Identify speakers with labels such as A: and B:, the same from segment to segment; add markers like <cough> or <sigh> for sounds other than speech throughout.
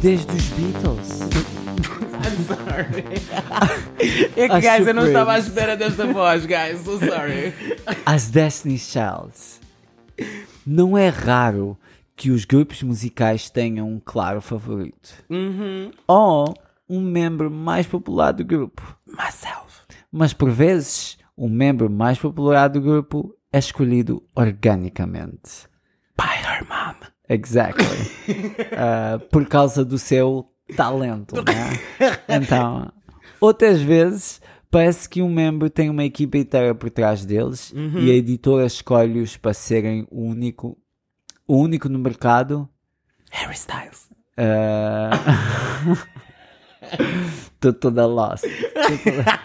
A: Desde os Beatles.
B: I'm sorry.
A: I
B: yeah, É guys, eu não
A: surpresa.
B: estava à espera desta voz, guys. So sorry.
A: As Destiny's Child. Não é raro que os grupos musicais tenham um claro favorito. Ou um membro mais popular do grupo.
B: Myself.
A: Mas por vezes, o membro mais popular do grupo é escolhido organicamente.
B: By her mom.
A: Exactly.
B: <laughs>
A: Ah, por causa do seu talento, né?
B: <laughs>
A: Então, outras vezes parece que um membro tem uma equipa inteira por trás deles
B: Uhum.
A: e a editora escolhe-os para serem o único, o único no mercado.
B: Harry Styles.
A: <laughs> Estou toda lost. Tô
B: <laughs>
A: toda-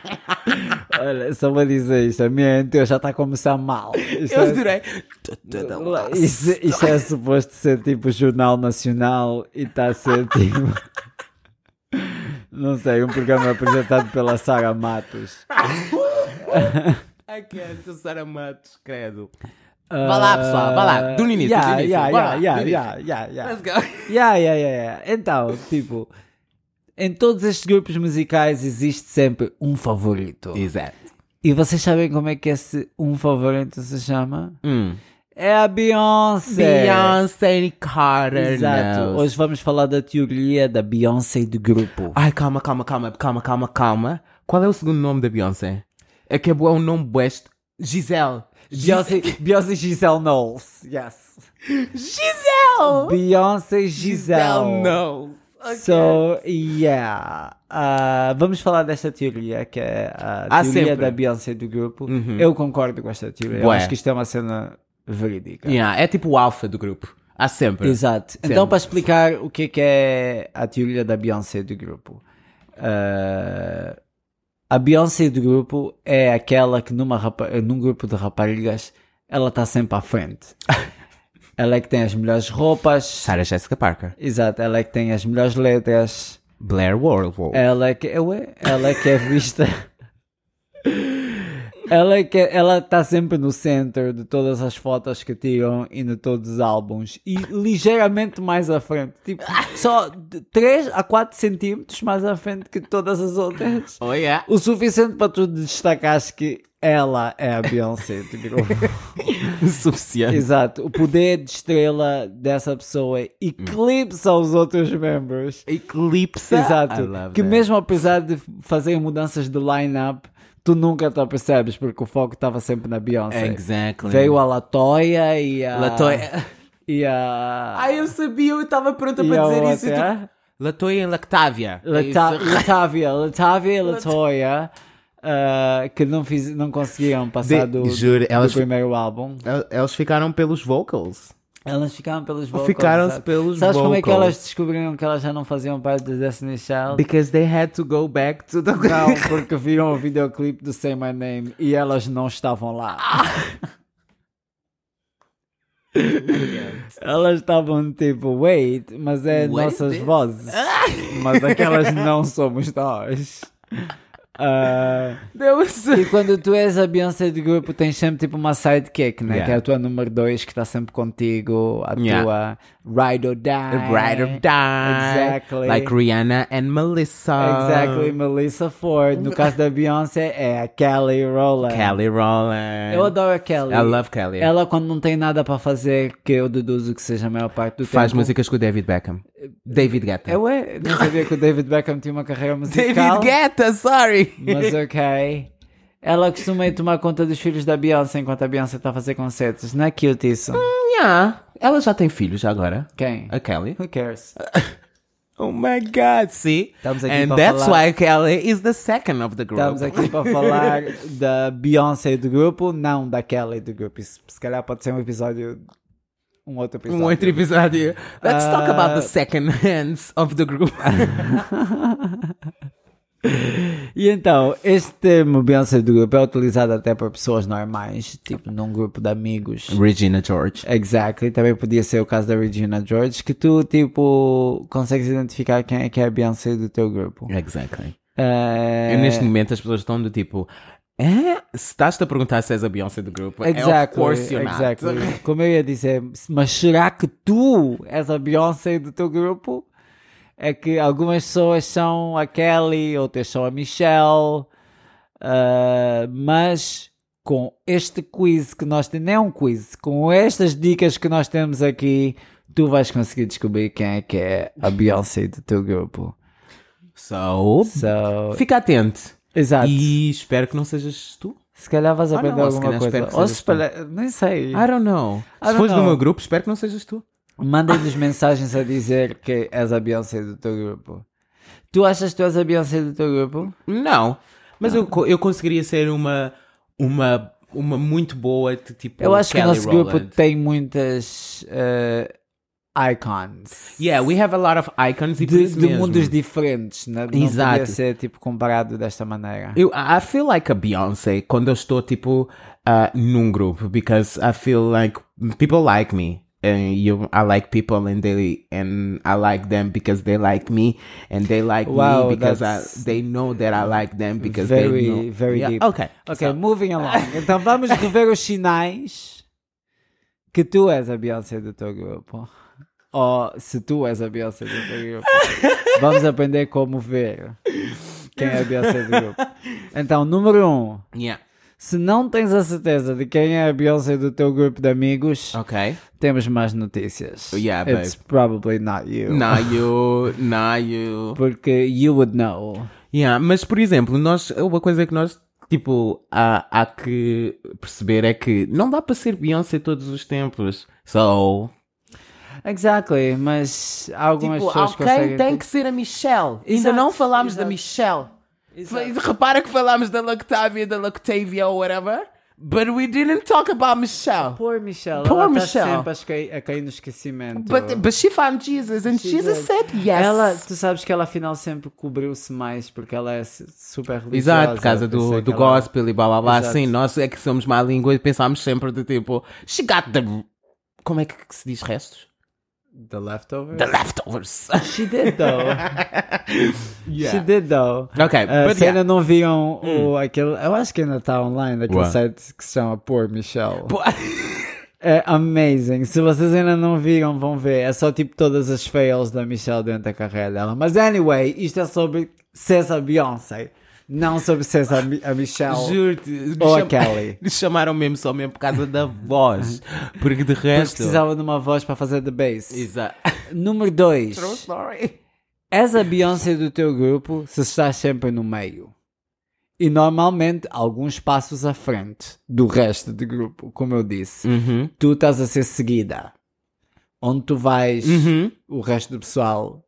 A: Olha, só vou dizer isto. A minha anterior já está a começar mal. Isto
B: Eu
A: é-
B: adorei. Tô toda lost. <laughs>
A: Isso, isso é suposto ser tipo Jornal Nacional e está a ser <laughs> tipo. Não sei, um programa apresentado pela Sara Matos.
B: I can't, Sara Matos, credo. Vá lá, pessoal, vá lá. Do início,
A: Ah, yeah,
B: do início.
A: Yeah,
B: Vá
A: yeah,
B: lá,
A: yeah,
B: do
A: yeah, yeah, yeah.
B: Let's go.
A: Yeah, yeah, yeah, yeah. Então, tipo, em todos estes grupos musicais existe sempre um favorito.
B: Exato.
A: E vocês sabem como é que esse um favorito se chama? É a Beyoncé.
B: Hum. Beyoncé Carter.
A: Exato.
B: knows.
A: Hoje vamos falar da teoria da Beyoncé e do grupo.
B: Ai, calma, calma, calma, calma, calma, calma. Qual é o segundo nome da Beyoncé? É que é bué um nome best. Giselle.
A: Beyoncé, Beyoncé Giselle Knowles. Yes.
B: Giselle!
A: Beyoncé Giselle.
B: não.
A: So, yeah. Ah, vamos falar desta teoria, que é a
B: Ah,
A: teoria
B: sempre. Uhum.
A: da Beyoncé do grupo. Eu concordo com esta teoria. Eu
B: Bué.
A: acho que isto é uma cena verídica.
B: Yeah, é tipo o alfa do grupo. Há sempre.
A: Exato. Então, para explicar o que é, que é a teoria da Beyoncé do grupo. Ah, a Beyoncé do grupo é aquela que numa rapa- num grupo de raparigas ela está sempre à frente. ela é que tem as melhores roupas.
B: Sarah Jessica Parker.
A: Exato, ela é que tem as melhores letras.
B: Blair Whirlpool.
A: Ela é que, ué, ela é, que é vista. Ela é que ela está sempre no centro de todas as fotos que tiram e de todos os álbuns e ligeiramente mais à frente, tipo só de 3 a 4 centímetros mais à frente que todas as outras. <laughs>
B: Oh, yeah.
A: O suficiente para tu destacares que ela é a Beyoncé. Tipo,
B: O suficiente.
A: exato, o poder de estrela dessa pessoa eclipsa os outros membros.
B: Eclipse.
A: Exato.
B: I love
A: Que
B: that.
A: mesmo apesar de fazerem mudanças de line-up, tu nunca te apercebes porque o foco estava sempre na Beyoncé.
B: Exactly.
A: Veio a Latoya e a.
B: Latoya.
A: E a.
B: Ai, eu sabia, eu estava pronta
A: e
B: para
A: a
B: dizer
A: outra.
B: isso. Eu tipo, Latoya e Lactavia. É
A: Lata-
B: isso.
A: Latavia, Latavia e Latoya. ah, que não, fiz, não conseguiam passar
B: De-
A: do,
B: juro,
A: do
B: elas-
A: primeiro álbum.
B: El- Eles ficaram pelos vocals.
A: Elas ficaram pelos vocals.
B: Ficaram-se
A: sabe?
B: pelos
A: Sabes como é que
B: vocals.
A: elas descobriram que elas já não faziam parte da Destiny's Child?
B: Because they had to go back to the
A: Não, porque viram o videoclipe do Say My Name e elas não estavam lá. elas estavam tipo, wait, mas é
B: What is
A: nossas
B: this?
A: vozes. mas aquelas não somos nós. Ah, <laughs>
B: Deus.
A: e quando tu és a Beyoncé de grupo, tens sempre tipo uma sidekick, né?
B: Yeah.
A: Que é a tua número 2 que está sempre contigo, a
B: Yeah.
A: tua ride or die.
B: Ride or die.
A: Exactly.
B: Like Rihanna and Melissa.
A: Exactly, Melissa Ford. No caso da Beyoncé, é a Kelly Rowland.
B: Kelly Rowland.
A: Eu adoro a Kelly.
B: I love Kelly.
A: Ela, quando não tem nada para fazer, que eu deduzo que seja a maior parte do
B: Faz
A: tempo.
B: músicas com o David Beckham. David Guetta.
A: Eu é, não sabia que o David Beckham tinha uma carreira musical.
B: David Guetta, sorry.
A: <laughs> Mas ok. Ela costuma ir tomar conta dos filhos da Beyoncé enquanto a Beyoncé está a fazer concertos. Não é cute isso?
B: Yeah. Ela já tem filhos agora.
A: Quem?
B: A Kelly.
A: Who cares?
B: Oh my God, see?
A: Estamos aqui
B: And
A: pra
B: that's
A: falar.
B: why Kelly is the second of the group.
A: Estamos aqui para falar da Beyoncé do grupo, não da Kelly do grupo. Isso, se calhar pode ser um episódio. Um outro episódio.
B: Um outro episódio. Uh, Let's talk about the second hands of the group.
A: E então, este termo Beyoncé do grupo é utilizado até por pessoas normais, tipo num grupo de amigos.
B: <laughs> Regina George.
A: Exactly, também podia ser o caso da Regina George, que tu, tipo, consegues identificar quem é que é a Beyoncé do teu grupo.
B: Exactly.
A: É,
B: E neste momento as pessoas estão do tipo. É? Se estás-te a perguntar se és a Beyoncé do grupo, é of
A: Exactly,
B: course you're not. <laughs>
A: exactly. Como eu ia dizer, mas será que tu és a Beyoncé do teu grupo? é que algumas pessoas são a Kelly, outras são a Michelle, ah, mas com este quiz que nós temos, não é um quiz, com estas dicas que nós temos aqui, tu vais conseguir descobrir quem é que é a Beyoncé do teu grupo.
B: So,
A: So,
B: fica atento.
A: exato.
B: E espero que não sejas tu.
A: Se calhar vais
B: Ah, não,
A: aprender
B: ou se
A: alguma
B: calhar espero
A: coisa.
B: que Ah,
A: Ou
B: sejas
A: se espalhar, nem sei.
B: I don't know.
A: I don't
B: Se fores do
A: know.
B: meu grupo, espero que não sejas tu.
A: Mandem-nos mensagens a dizer que és a Beyoncé do teu grupo. Tu achas que tu és a Beyoncé do teu grupo?
B: Não. Mas eu, co- eu conseguiria ser uma, uma, uma muito boa, t- tipo
A: Eu acho
B: Kelly
A: que o nosso
B: Rowland.
A: grupo tem muitas eh, icons
B: Yeah, we have a lot of icons e é por
A: de,
B: isso
A: de
B: mesmo.
A: mundos diferentes, né? não
B: Exato.
A: podia ser tipo comparado desta maneira.
B: Eu, I feel like a Beyoncé quando eu estou tipo ah, num grupo because I feel like people like me and you I like people and they and I like them because they like me and they like
A: Wow,
B: me because I,
A: that's
B: they know that I like them because
A: very-
B: they know
A: very
B: yeah,
A: deep.
B: okay
A: Ok, moving <laughs> along. Então vamos rever os sinais que tu és a Beyoncé do teu grupo. Ou se tu és a Beyoncé do teu grupo. Vamos aprender como ver quem é a Beyoncé do grupo. Então, número um.
B: yeah
A: Se não tens a certeza de quem é a Beyoncé do teu grupo de amigos,
B: okay
A: temos más notícias.
B: Yeah, babe.
A: It's probably not you.
B: now you now you
A: Porque you would know.
B: Yeah, mas por exemplo, nós, uma coisa que nós, tipo, há, há que perceber é que não dá para ser Beyoncé todos os tempos. So,
A: Exactly, mas
B: Tipo,
A: algumas pessoas conseguem.
B: ser a Michelle.
A: Exato, exato.
B: Michelle.
A: Exato.
B: Fe- Repara que falámos da Lactavia, da Lactavia ou whatever, but we didn't talk about Michelle.
A: Poor Michelle.
B: Poor
A: ela tá
B: Michelle.
A: sempre a cair, a cair no esquecimento.
B: But, but she found Jesus and Jesus said yes.
A: Ela, tu sabes que ela afinal sempre cobriu-se mais porque ela é su- super religiosa.
B: Exato, por causa
A: Eu
B: do,
A: sei
B: do
A: que ela-
B: gospel e blá blá blá.
A: Exato.
B: Sim, nós é que somos má língua e pensámos sempre de tipo, she got the. Como é que se diz restos?
A: The leftover.
B: The leftovers. <laughs>
A: She did though. She did though.
B: Ok,
A: Uh,
B: but
A: se ainda
B: yeah. Hum.
A: não viam o, aquele. Eu acho que ainda está online, aquele
B: Ué.
A: site que se chama Poor Michelle.
B: Po-
A: É amazing. Se vocês ainda não viram, vão ver. É só tipo todas as fails da Michelle dentro da carreira dela. Mas anyway, isto é sobre César Beyoncé. Não sobre César Mi- a Michelle.
B: Juro-te. me
A: Ou a
B: cham-
A: Kelly.
B: <laughs> me chamaram mesmo só mesmo por causa
A: <laughs>
B: da voz. Porque de
A: Porque
B: resto.
A: precisava de uma voz para fazer the bass.
B: Exato.
A: Número 2.
B: True story.
A: És a Beyoncé do teu grupo se estás sempre no meio. E normalmente alguns passos à frente do resto do grupo, como eu disse.
B: Uhum.
A: Tu estás a ser seguida. Onde tu vais,
B: Uhum.
A: o resto do pessoal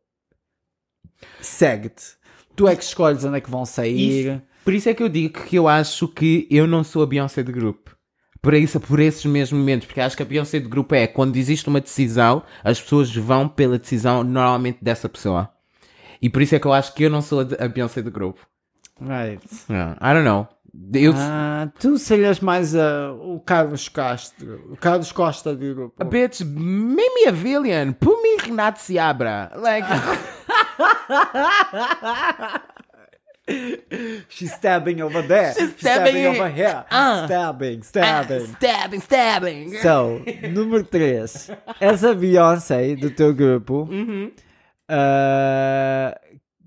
A: segue-te. Tu é que escolhes onde é que vão sair.
B: Isso. Por isso é que eu digo que eu acho que eu não sou a Beyoncé de grupo. Por isso, por esses mesmos momentos, porque acho que a Beyoncé de grupo é quando existe uma decisão, as pessoas vão pela decisão normalmente dessa pessoa. E por isso é que eu acho que eu não sou a, de- a Beyoncé de grupo.
A: Right.
B: Yeah, I don't know. Eu,
A: Ah, tu serias mais ah, o Carlos Castro, o Carlos Costa do grupo.
B: Bitch, make me a villain. Put me Renato Seabra. Like,
A: She's stabbing over there. She's
B: stabbing
A: over here.
B: Ah.
A: Stabbing,
B: <laughs> stabbing,
A: stabbing.
B: stabbing. stabbing.
A: So, Então, número 3. Essa Beyoncé do teu grupo,
B: Uhum.
A: ah,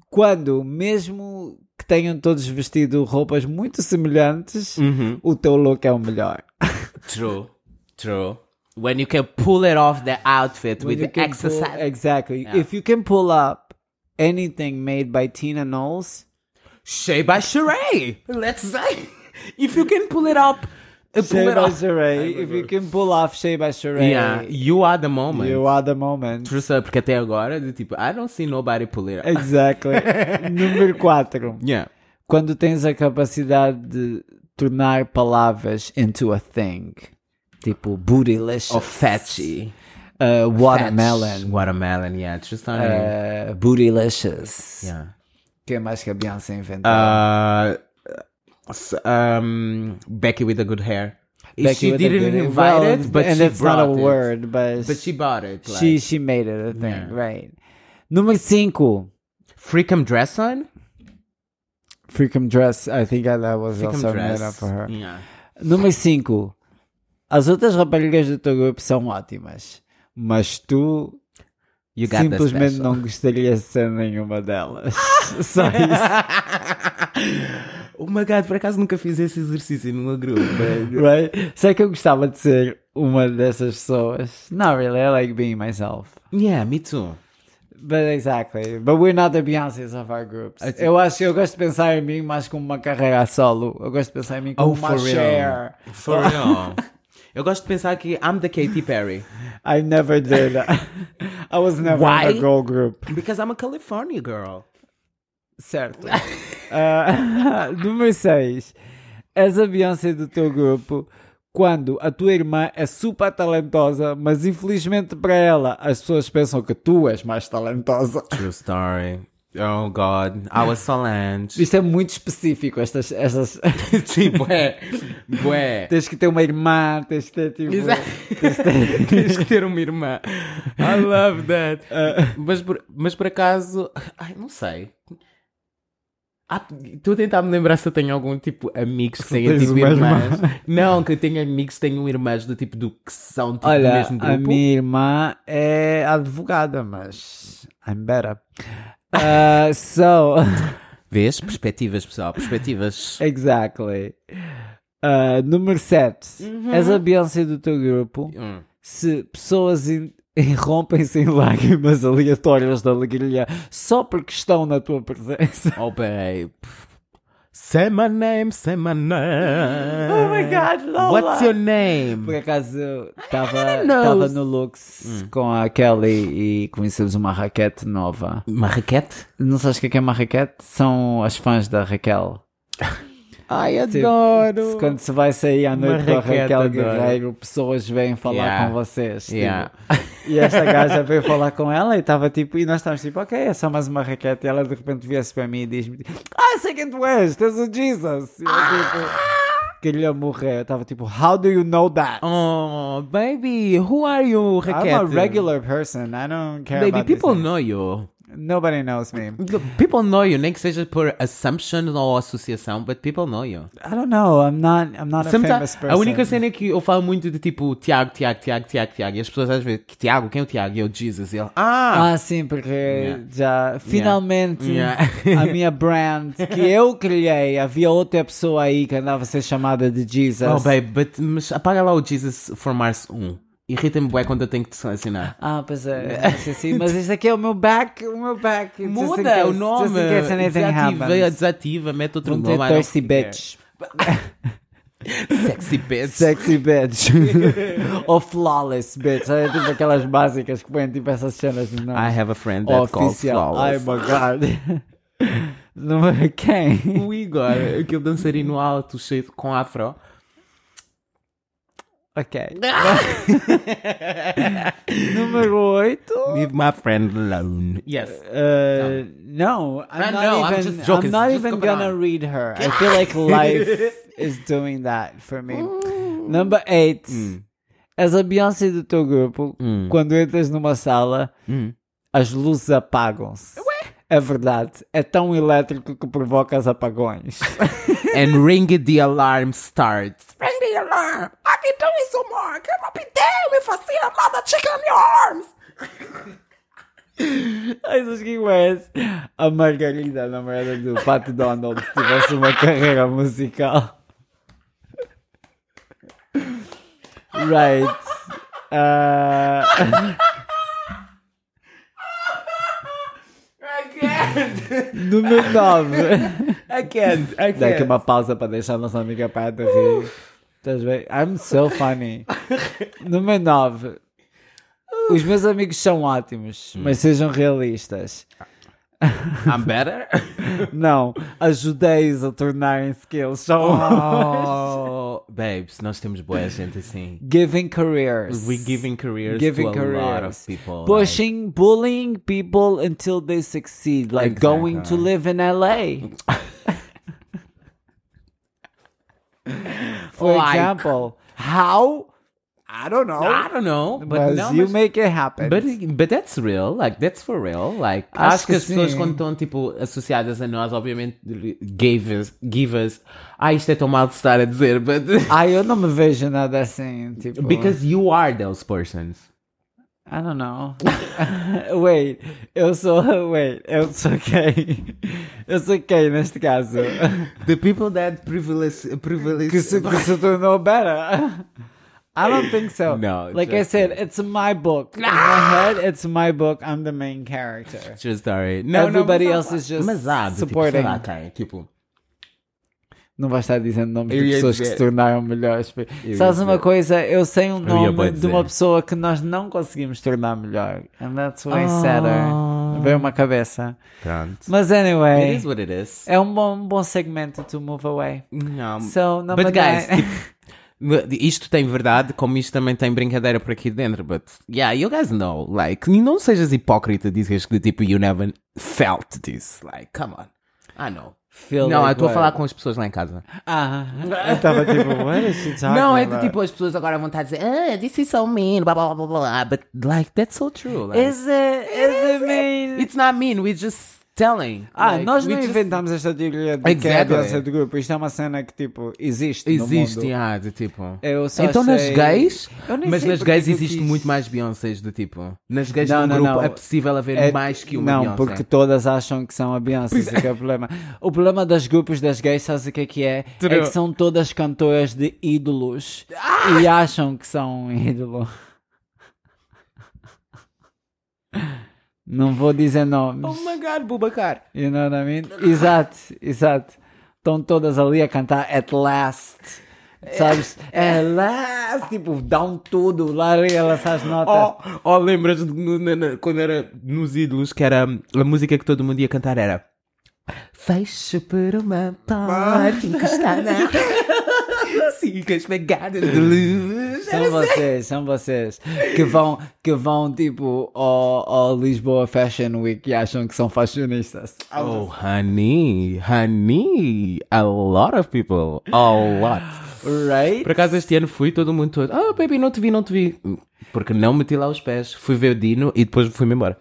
A: quando, mesmo que tenham todos vestido roupas muito semelhantes,
B: Uhum.
A: o teu look é o melhor.
B: True. True. When you can pull it off the outfit
A: When
B: with
A: you
B: the
A: can
B: exercise.
A: Pull, exactly. If you can pull up anything made by Tina Knowles,
B: Shay by Sheree. Let's say. If you can pull it up, uh, pull
A: Shea
B: it
A: by
B: up.
A: Sheree, if you can pull off Shea by Sheree,
B: Yeah, you are the moment.
A: you are the moment.
B: True, sir, porque até agora, do tipo, I don't see nobody pull it up. <laughs>
A: Exactly. Número 4.
B: Yeah.
A: Quando tens a capacidade de tornar palavras into a thing. Tipo bootylicious.
B: Or Oh, fetchy.
A: uh,
B: Fetch.
A: watermelon.
B: Watermelon, yeah. True story.
A: Uh, bootylicious.
B: yeah.
A: que é mais que a Beyoncé inventou?
B: Uh, s- um, Becky with the good hair.
A: Becky
B: Uh, she
A: with a
B: didn't
A: good-
B: invite
A: well,
B: it, but
A: and
B: she
A: it's not
B: brought
A: a
B: it.
A: word, but,
B: But she bought it. Like,
A: she she made it a thing,
B: Yeah.
A: right? Número 5.
B: freakum dress on.
A: Freakum dress, I think that was
B: Freakum
A: also made
B: dress.
A: up for her.
B: Yeah.
A: Número 5. As outras raparigas do teu grupo são ótimas, mas tu
B: You got that
A: Simplesmente
B: special.
A: não gostaria de ser nenhuma
B: <laughs>
A: delas. Só isso,
B: Oh my god, por acaso nunca fiz esse exercício numa grupo. man.
A: right? é? Sei que eu gostava de ser uma dessas pessoas. Not really, I like being myself.
B: yeah, me too.
A: But exactly. But we're not the Beyoncé's of our groups. Eu acho, eu gosto de pensar em mim mais como uma carreira a solo. Eu gosto de pensar em mim como
B: Oh,
A: uma
B: for
A: share.
B: real. For real. <laughs> Eu gosto de pensar que I'm the Katy Perry.
A: I never
B: <laughs>
A: did. I was never
B: Why?
A: in a girl group.
B: Because I'm a California girl.
A: Certo. Ah, <laughs> número 6. És a Beyoncé do teu grupo quando a tua irmã é super talentosa, mas infelizmente para ela as pessoas pensam que tu és mais talentosa.
B: True story. Oh god, I was Solange.
A: Isto é muito específico, estas, estas...
B: <laughs> Sim, <laughs> bué. Bué.
A: tens que ter uma irmã, tens que ter tipo...
B: Exato. Tens que ter uma irmã. I love that.
A: ah,
B: mas, por, mas por acaso. Ai, não sei. Ah, Estou a tentar me lembrar se eu tenho algum tipo amigos que tenham
A: tens
B: tipo
A: uma
B: irmãs. <laughs> Não, que eu tenho amigos que tenham irmãs do tipo do que são tipo, do
A: Olha,
B: mesmo grupo.
A: a minha irmã é advogada, mas I'm better. Ah, so,
B: Vês? Perspectivas,
A: <laughs>
B: pessoal, perspectivas.
A: exactly. Ah, número 7. És a Beyoncé do teu grupo
B: Hum.
A: se pessoas in- <laughs> irrompem-se em lágrimas aleatórias da alegria só porque estão na tua presença.
B: Oh, babe. Say my name, say my name.
A: <laughs> Oh my God, Lola.
B: What's your name?
A: Por acaso eu estava
B: don't know.
A: estava no Lux com a Kelly e conhecemos uma raquete nova.
B: Uma raquete?
A: Não sabes o que é que é uma raquete? São as fãs da Raquel. <laughs>
B: Ai,
A: Tipo,
B: adoro.
A: se Quando se vai sair à noite com a
B: raquete,
A: Raquel
B: adoro.
A: Guerreiro, pessoas vêm falar
B: Yeah.
A: com vocês. tipo.
B: Yeah.
A: <laughs> E esta gaja veio falar com ela e estava tipo, e nós estávamos tipo, ok, é só mais uma raquete. E ela de repente vira-se para mim e diz-me, ah, sei quem tu és, tens o Jesus. E eu
B: Ah!
A: tipo, queria morrer. Eu estava tipo, how do you know that?
B: Oh, baby, who are you,
A: I'm
B: Raquel?
A: a regular person, I don't care
B: Baby,
A: about these
B: people
A: things.
B: know you.
A: Nobody knows me.
B: People know you, nem que seja por assumption ou associação, but people know you.
A: I don't know, I'm not, I'm not a famous
B: Sometimes,
A: person.
B: a única cena é que eu falo muito de tipo Tiago, Tiago, Tiago, Tiago, Tiago, e as pessoas às vezes, Tiago, quem é o Tiago? E eu, Jesus, e ele, ah!
A: Ah, sim, porque já finalmente
B: Yeah.
A: a minha brand que eu criei, havia outra pessoa aí que andava a ser chamada de Jesus.
B: Oh, babe, but, mas apaga lá o Jesus Formar-se 1. Irrita-me bué quando eu tenho que te selecionar.
A: Ah, pois é, não sei se- mas isto aqui é o meu back, o meu back. just in
B: Muda
A: case-
B: o nome.
A: Just in case anything
B: desativa,
A: happens.
B: desativa, mete outro
A: Vão
B: nome.
A: ter
B: I don't
A: thirsty bitch.
B: care. Sexy bitch.
A: Sexy bitch.
B: <laughs>
A: Ou flawless bitch. É tipo aquelas básicas que põem tipo essas cenas de nome.
B: I have a friend that calls
A: Oficial. Ai,
B: flowers.
A: my God. <laughs> Número quem?
B: O Igor, aquele dançarino alto, cheio de- com afro. <laughs>
A: Ok. Número 8.
B: Leave my friend alone. Yes.
A: Uh, no, I'm
B: Ah,
A: not
B: no, I'm
A: even.
B: just joking.
A: I'm not
B: Just
A: even
B: go on.
A: gonna read her. I feel
B: <laughs>
A: like life is doing that for me. Number eight.
B: Mm.
A: És a Beyoncé do teu grupo. Quando entras numa sala,
B: Mm.
A: as luzes apagam-se. É verdade. É tão elétrico que provocas apagões.
B: <laughs> And ring the alarm starts. Ring the alarm. I can do it some more. Cannot be damn if I see another chick on your arms.
A: Ai, sabes quem conhece? A Margarida, a namorada do Pat Donald, se tivesse uma carreira musical. Right. Ah,
B: I can't.
A: número 9.
B: I can't. I
A: Dá aqui
B: can't.
A: uma pausa para deixar a nossa amiga Pat a rir. Estás bem? I'm so funny. Número 9. Os meus amigos são ótimos, mas sejam realistas.
B: I'm <laughs> better.
A: Não, ajudei-os a tornarem-se que eles são.
B: Oh, babes, nós temos boa gente assim.
A: Giving careers.
B: We giving careers
A: giving
B: to a
A: careers,
B: lot of people. like-
A: pushing, bullying people until they succeed, like going to
B: Exactly.
A: live in LA. <laughs> For
B: Like-
A: example, how? I don't know.
B: I don't know, but
A: but
B: não,
A: you
B: mas-
A: make it happen. <laughs>
B: But, but that's real, like, that's for real. Like,
A: Acho
B: acho,
A: que
B: que as pessoas
A: sim.
B: quando estão, tipo, associadas a nós, obviamente, gave us, give us. Ah, isto é tão mal de estar a dizer, but. <laughs>
A: Ai, eu não me vejo nada assim, tipo.
B: Because you are those persons.
A: I don't know. <laughs> wait, eu sou. <laughs> Wait, eu sou <laughs> gay. Eu sou gay neste caso.
B: The people that privilege. privilege
A: Que
B: <laughs>
A: se, que se tornou better. ah. I don't think so.
B: No,
A: Like I
B: just- Ah!
A: said, it's my book. In my head, it's my book. I'm the main character.
B: Just sorry. Não,
A: Everybody
B: não, mas
A: else
B: há-
A: is just
B: mas há, do Tipo, sei
A: supporting.
B: lá, quem, tipo,
A: Não vais estar dizendo nomes
B: Eu
A: de
B: ia
A: pessoas que
B: dizer.
A: se tornaram melhores.
B: ia
A: Sabes uma
B: dizer.
A: coisa? Eu sei um
B: ia bué
A: nome de uma
B: dizer.
A: pessoa que nós não conseguimos tornar melhor. And that's why
B: Ah.
A: sadder. Veio uma cabeça.
B: Pronto.
A: Mas
B: It
A: anyway,
B: is what it is.
A: é um bom, um bom segmento to move away.
B: Não.
A: So, number
B: But guys,
A: nine.
B: tipo, <laughs> isto tem verdade, como isto também tem brincadeira por aqui dentro, but yeah, you guys know, like, não sejas hipócrita e dizes que tipo, you never felt this, like, come on, I know.
A: <laughs> Feel
B: não,
A: like
B: eu estou a
A: what?
B: falar com as pessoas lá em casa.
A: Ah, eu estava tipo, what <laughs> is she talking
B: não, é de,
A: about?
B: tipo, as pessoas agora vão estar a dizer, ah, this is so mean, blá blá blá blá blá, but like, that's so true. Like,
A: Is it, is it mean?
B: it's not mean, we're just telling.
A: é Ah,
B: é. Like,
A: nós
B: we
A: não
B: just-
A: inventámos esta teoria de que é a
B: Exactly.
A: doença de grupo. Isto é uma cena que, tipo, existe no
B: Existe,
A: mundo.
B: ah, de tipo.
A: Eu só
B: Então nas
A: achei-
B: gays,
A: Eu nem
B: mas
A: sei
B: nas
A: porque
B: gays
A: que eu
B: existe
A: quis.
B: muito mais Beyoncés do tipo. Nas gays
A: Não,
B: num
A: não,
B: grupo
A: não.
B: é possível haver
A: É-
B: mais que uma
A: Não,
B: Beyoncé.
A: porque todas acham que são a Beyoncé, esse é que é o problema. O problema das grupos das gays, sabes o que é que é? É
B: True. Ah!
A: que são todas cantoras de ídolos e acham que são um
B: <laughs>
A: ídolo. Não vou dizer
B: Oh
A: nomes.
B: my god, Bubacar.
A: You know what I mean? <laughs> Exato, exato. Estão todas ali a cantar At Last.
B: <laughs>
A: Sabes?
B: É.
A: At
B: Ah,
A: Last. Tipo, dão tudo. Lá lançar as notas.
B: Oh, oh lembras de no- na- na- quando era nos ídolos que era hum, a música que todo mundo ia cantar era Fecha por uma porta encostada <laughs> Siga as pegadas de luz
A: São vocês, são vocês que vão, que vão tipo ao, ao Lisboa Fashion Week e acham que são fashionistas.
B: Oh honey, honey A lot of people, a lot
A: Right?
B: Por acaso este ano fui, todo mundo todo. Ah, baby, não te vi, não te vi. Porque não meti lá os pés. Fui ver o Dino e depois fui-me embora.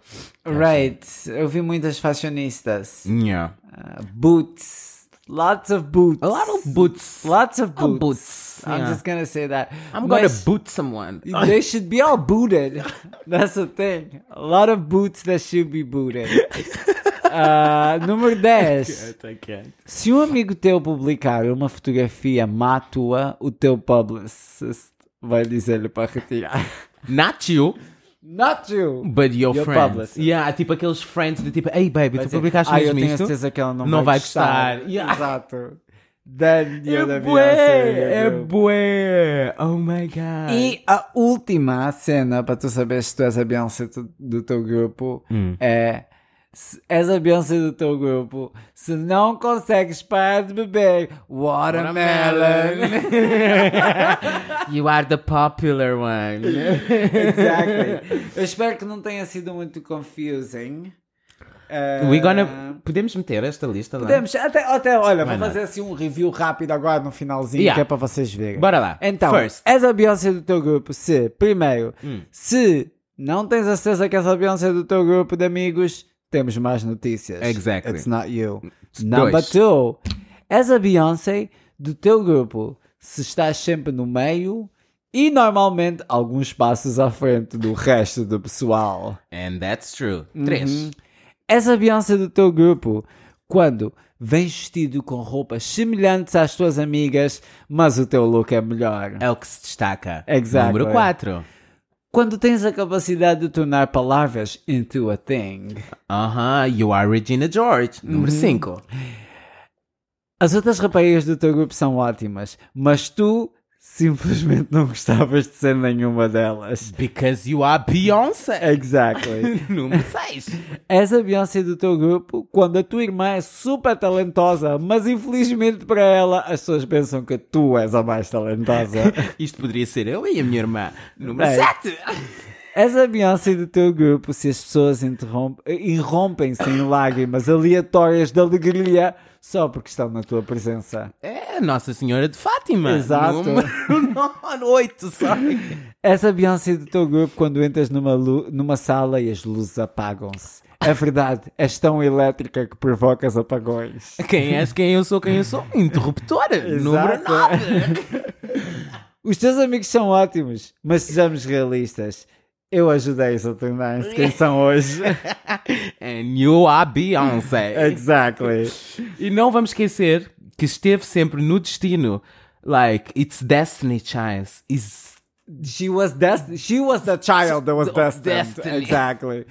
A: Right. Eu vi muitas fashionistas.
B: Yeah.
A: Uh, boots. Lots of boots.
B: A lot of boots.
A: Lots of
B: Oh,
A: boots.
B: boots.
A: I'm
B: Yeah.
A: just gonna say that.
B: I'm gonna
A: Mas
B: boot someone.
A: They should be all booted. <laughs> That's the thing. A lot of boots that should be <laughs> booted. Uh, <laughs> número 10. Se um amigo teu publicar uma fotografia má tua, o teu publicist vai dizer-lhe para retirar. <laughs>
B: Not you,
A: Not you!
B: but your,
A: Your
B: friends.
A: publicist.
B: Yeah, tipo aqueles friends de tipo, hey baby, tu publicaste
A: ah, eu
B: mesmo
A: tenho
B: isto?
A: certeza que ela não,
B: Não
A: vai
B: vai
A: gostar.
B: gostar. Yeah.
A: <laughs> Exato. Then you're the
B: É bué,
A: Beyoncé.
B: é
A: you.
B: bué. Oh my god.
A: E a última cena para tu saber se tu és a Beyoncé do, do teu grupo
B: Hum.
A: é. Se és a Beyoncé do teu grupo, se não consegues parar de beber <laughs> watermelon.
B: you are the popular one.
A: Exactly. Eu espero que não tenha sido muito confusing. Eh,
B: We gonna... Podemos meter esta lista é? lá?
A: Podemos, até, até olha, vou
B: not?
A: fazer assim um review rápido agora no finalzinho,
B: Yeah.
A: que é para vocês verem.
B: Bora lá.
A: Então,
B: First. Hum.
A: és a Beyoncé do teu grupo se, primeiro, se não tens a certeza que és a Beyoncé do teu grupo de amigos, temos mais notícias.
B: Exactly.
A: It's not you. Number
B: dois.
A: two, és a Beyoncé do teu grupo se estás sempre no meio e normalmente alguns passos à frente do resto do pessoal.
B: And that's true. Três.
A: És a Beyoncé do teu grupo quando vens vestido com roupas semelhantes às tuas amigas, mas o teu look é melhor.
B: É o que se destaca.
A: Exactly.
B: Número 4.
A: Quando tens a capacidade de tornar palavras into a thing.
B: Aham, you are Regina George. Número 5.
A: As outras raparigas do teu grupo são ótimas, mas tu simplesmente não gostavas de ser nenhuma delas.
B: Because you are Beyoncé. É.
A: Exactly.
B: <laughs> Número <laughs> 6.
A: És a Beyoncé do teu grupo quando a tua irmã é super talentosa, mas infelizmente para ela as pessoas pensam que tu és a mais
B: <laughs>
A: talentosa.
B: Isto poderia ser eu e a minha irmã. Número
A: Bem.
B: 7.
A: És a Beyoncé do teu grupo se as pessoas interromp- irrompem-se em lágrimas aleatórias de alegria só porque estão na tua presença.
B: É Nossa Senhora de Fátima.
A: Exato.
B: <laughs> Número 8, sorry.
A: És a Beyoncé do teu grupo quando entras numa, lu- numa sala e as luzes apagam-se. É verdade, és tão elétrica que provocas apagões.
B: Quem és, quem eu sou, quem eu sou? Interruptora. <laughs> Número 9.
A: Os teus amigos são ótimos, mas sejamos realistas. Eu ajudei-os a tornar-se quem são hoje.
B: <laughs> And you are Beyoncé.
A: exactly.
B: e não vamos esquecer que esteve sempre no destino. Like, it's destiny, child. It's
A: She was des- She was the child that was destined.
B: destiny.
A: Exactly.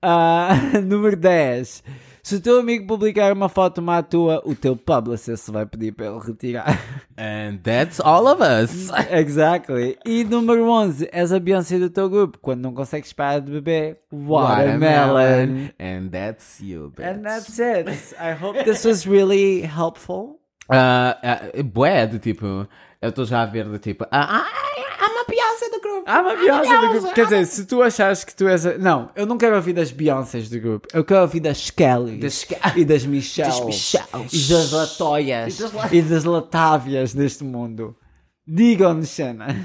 A: Ah, <laughs> número 10. Se o teu amigo publicar uma foto má tua, o teu publicist vai pedir para ele retirar. <laughs>
B: And that's all of us.
A: exactly. E número 11. És a Beyoncé do teu grupo. Quando não consegues parar de beber, watermelon.
B: And that's you, bitch.
A: And that's it. I hope this was really helpful.
B: Ah, ah, bué, de tipo... Eu estou já a ver de tipo... Ah, ai, I'm a Beyoncé do grupo.
A: Há uma Beyoncé do grupo. Quer dizer, se tu achares que tu és. A... Não, eu não quero ouvir das Beyoncés do grupo. Eu quero ouvir das Kellys.
B: Das Ke-
A: E das Michelles.
B: Das Michelles.
A: E das Latoias.
B: E das La-
A: E das Latávias deste mundo. Digam-nos cenas.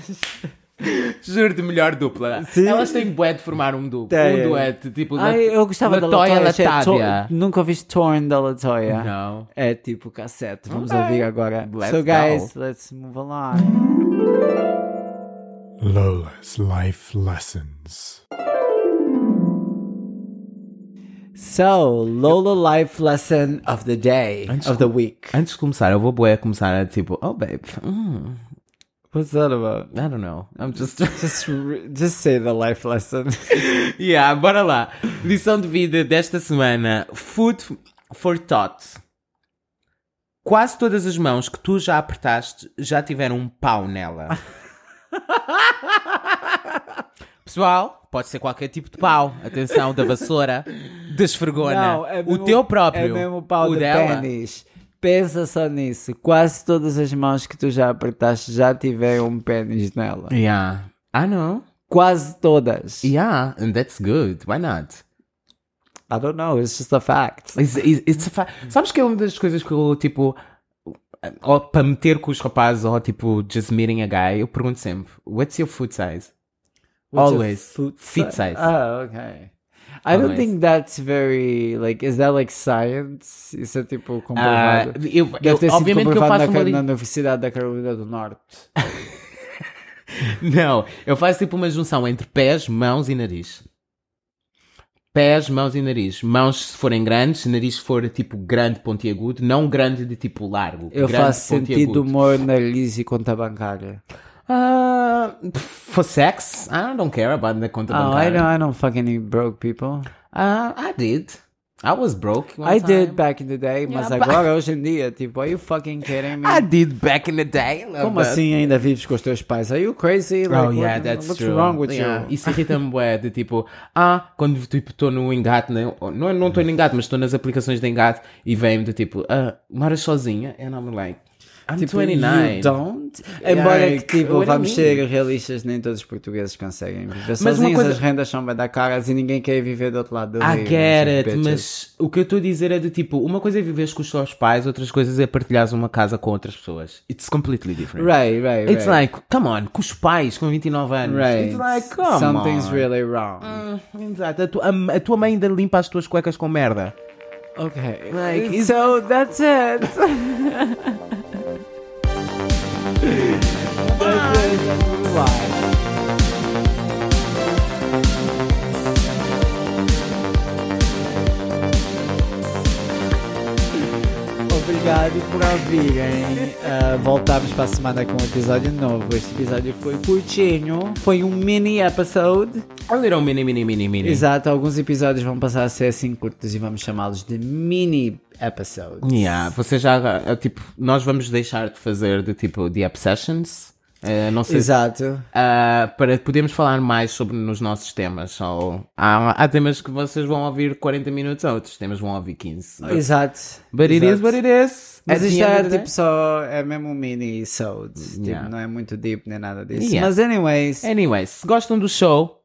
B: Juro de melhor dupla.
A: Sim.
B: Elas têm bué de formar um duplo.
A: Têm.
B: Um dueto. Tipo,
A: Ai, eu gostava da Latoya. gente.
B: Latária.
A: To- Nunca ouviste Torn da Latoya?
B: Não.
A: É tipo cassete. Vamos
B: Ok.
A: ouvir agora.
B: Let's
A: so,
B: go.
A: guys, let's move along.
C: Lola's Life Lessons.
A: So, Lola Life Lesson of the Day, of the Week.
B: Antes de começar, eu vou bué começar a tipo... Oh, babe. hum,
A: What's that about?
B: I don't know. I'm just...
A: Just, re- just say the life lesson.
B: <laughs> yeah, bora lá. Lição de vida desta semana: Food for Thought. Quase todas as mãos que tu já apertaste já tiveram um
A: <laughs>
B: pau nela. Pessoal, pode ser qualquer tipo de pau. Atenção, da vassoura, da
A: <laughs>
B: esfregona.
A: Não, é
B: o
A: mesmo-
B: teu próprio.
A: É mesmo o pau
B: o
A: de
B: dela.
A: pênis. Pensa só nisso. Quase todas as mãos que tu já apertaste já tiveram um pênis nela.
B: Yeah. I know.
A: Quase todas.
B: Yeah, and that's good. Why not?
A: I don't know, it's just a fact.
B: It's- it's- it's a fa- Sabes que é uma das coisas que eu, tipo, ou para meter com os rapazes, ou tipo, just meeting a guy, eu pergunto sempre: What's your food size?
A: What's your
B: Always.
A: foot
B: Feet
A: si-
B: size.
A: Oh, okay. I don't
B: Always.
A: think that's very like is that like science? Isso é tipo
B: Ah,
A: comprovado.
B: eu- eu-
A: Deve ter sido
B: obviamente que eu
A: comprovado
B: faço
A: na,
B: uma.
A: Car-
B: li-
A: na Universidade da Carolina do
B: <laughs>
A: Norte.
B: Não, eu faço tipo uma junção entre pés, mãos e nariz. Pés, mãos e nariz. Mãos se forem grandes, se nariz for tipo grande pontiagudo, não grande de tipo largo.
A: Eu
B: grande
A: faço sentido
B: pontiagudo.
A: humor, nariz e conta bancária.
B: Ah, for sex, I don't care about the conta
A: Oh, I
B: bancária.
A: don't, I don't fucking eat broke people.
B: Uh, I did. I was broke. one
A: I
B: time.
A: did back in the day, mas
B: but-
A: agora, hoje em dia, tipo, are you fucking kidding me?
B: I did back in the day. Love
A: Ah, Como
B: that.
A: assim ainda vives com os teus pais? Are you crazy?
B: Oh,
A: Like,
B: yeah,
A: what-
B: that's
A: what's
B: true.
A: wrong with
B: yeah.
A: you?
B: Isso irrita-me, bué, de tipo, ah, quando tipo estou no engate, né? não não estou no engate, mas estou nas aplicações de engate e vem-me de tipo, ah, moras sozinha? And I'm like, I'm
A: Tipo,
B: 29.
A: You don't? Embora que,
B: Like,
A: tipo,
B: what do you
A: vamos
B: mean?
A: ser realistas, nem todos os portugueses conseguem viver
B: uma
A: sozinhos,
B: coisa-
A: as rendas são bem da caras e ninguém quer viver do outro lado do
B: I
A: rio,
B: get
A: essas
B: it,
A: bitches.
B: mas o que eu estou a dizer é de tipo, uma coisa é viveres com os teus pais, outras coisas é partilhares uma casa com outras pessoas. It's completely different.
A: Right, right,
B: It's
A: right.
B: like, come on, com os pais com 29 anos.
A: Right.
B: It's like, come
A: Something's
B: on. Mm.
A: really wrong.
B: Hum, Exato, a, tu- a- a tua mãe ainda limpa as tuas cuecas com merda.
A: Okay.
B: Like, is-
A: so that's it. Bye. Obrigado por ouvirem. Ah, voltamos para a semana com um episódio novo. Este episódio foi curtinho, foi um mini episode.
B: A little mini, mini, mini, mini.
A: Exato, alguns episódios vão passar a ser assim curtos e vamos chamá-los de mini episodes.
B: Yeah, você já, eh, tipo, nós vamos deixar de fazer de tipo The Obsessions. eh, não sei se-
A: Exato.
B: ah, para podermos falar mais sobre nos nossos temas. Ou, há, há temas que vocês vão ouvir 40 minutos, há outros temas que vão ouvir 15. But,
A: Exato.
B: but it
A: Exato.
B: is what it is.
A: Mas
B: At
A: isto
B: the end
A: é
B: of the
A: tipo só, é mesmo um mini episode.
B: Yeah.
A: Tipo, não é muito deep nem nada disso.
B: Yeah.
A: Mas anyways,
B: day. Anyway, se gostam do show,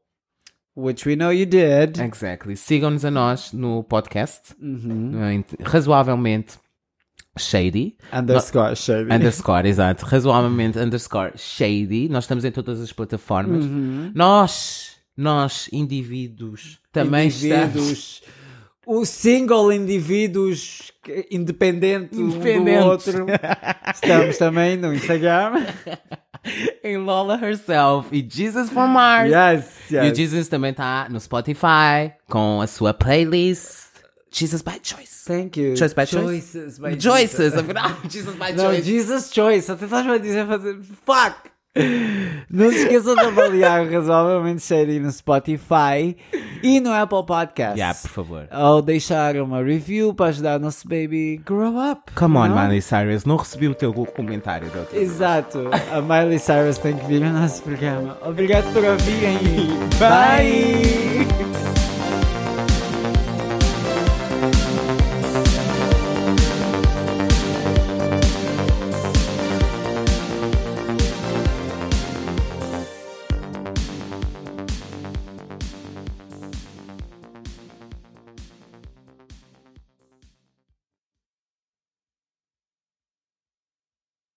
A: which we know you did.
B: É. exactly, sigam-nos a nós no podcast.
A: Uhum.
B: eh, Razoavelmente shady.
A: Underscore, shady.
B: Underscore, <laughs> exato. Razoavelmente underscore shady. Nós estamos em todas as plataformas.
A: Uhum.
B: Nós, nós, indivíduos, também estamos.
A: indivíduos. O single indivíduos que- independente um do
B: <laughs> Independentes.
A: outro. Estamos também no Instagram.
B: em Lola Herself e Jesus from Mars.
A: Yes,
B: E o
A: yes.
B: Jesus também tá no Spotify com a sua playlist Jesus by Choice.
A: Thank you.
B: Choice by choice?
A: Choices by
B: Choices, afinal, <laughs> Jesus by
A: Não,
B: Choice.
A: Jesus Choice. Até estás a dizer fazer. Fuck! Não se esqueçam de avaliar <laughs> o razoavelmente cheirinho no Spotify e no Apple Podcasts.
B: Yeah, por favor.
A: Ou deixar uma review para ajudar o nosso baby grow up.
B: Come on,
A: não? é?
B: Miley Cyrus, não recebi o teu comentário da outra vez.
A: Exato.
B: <laughs>
A: A Miley Cyrus tem que vir no nosso programa. Obrigado por ouvirem. e
B: Bye.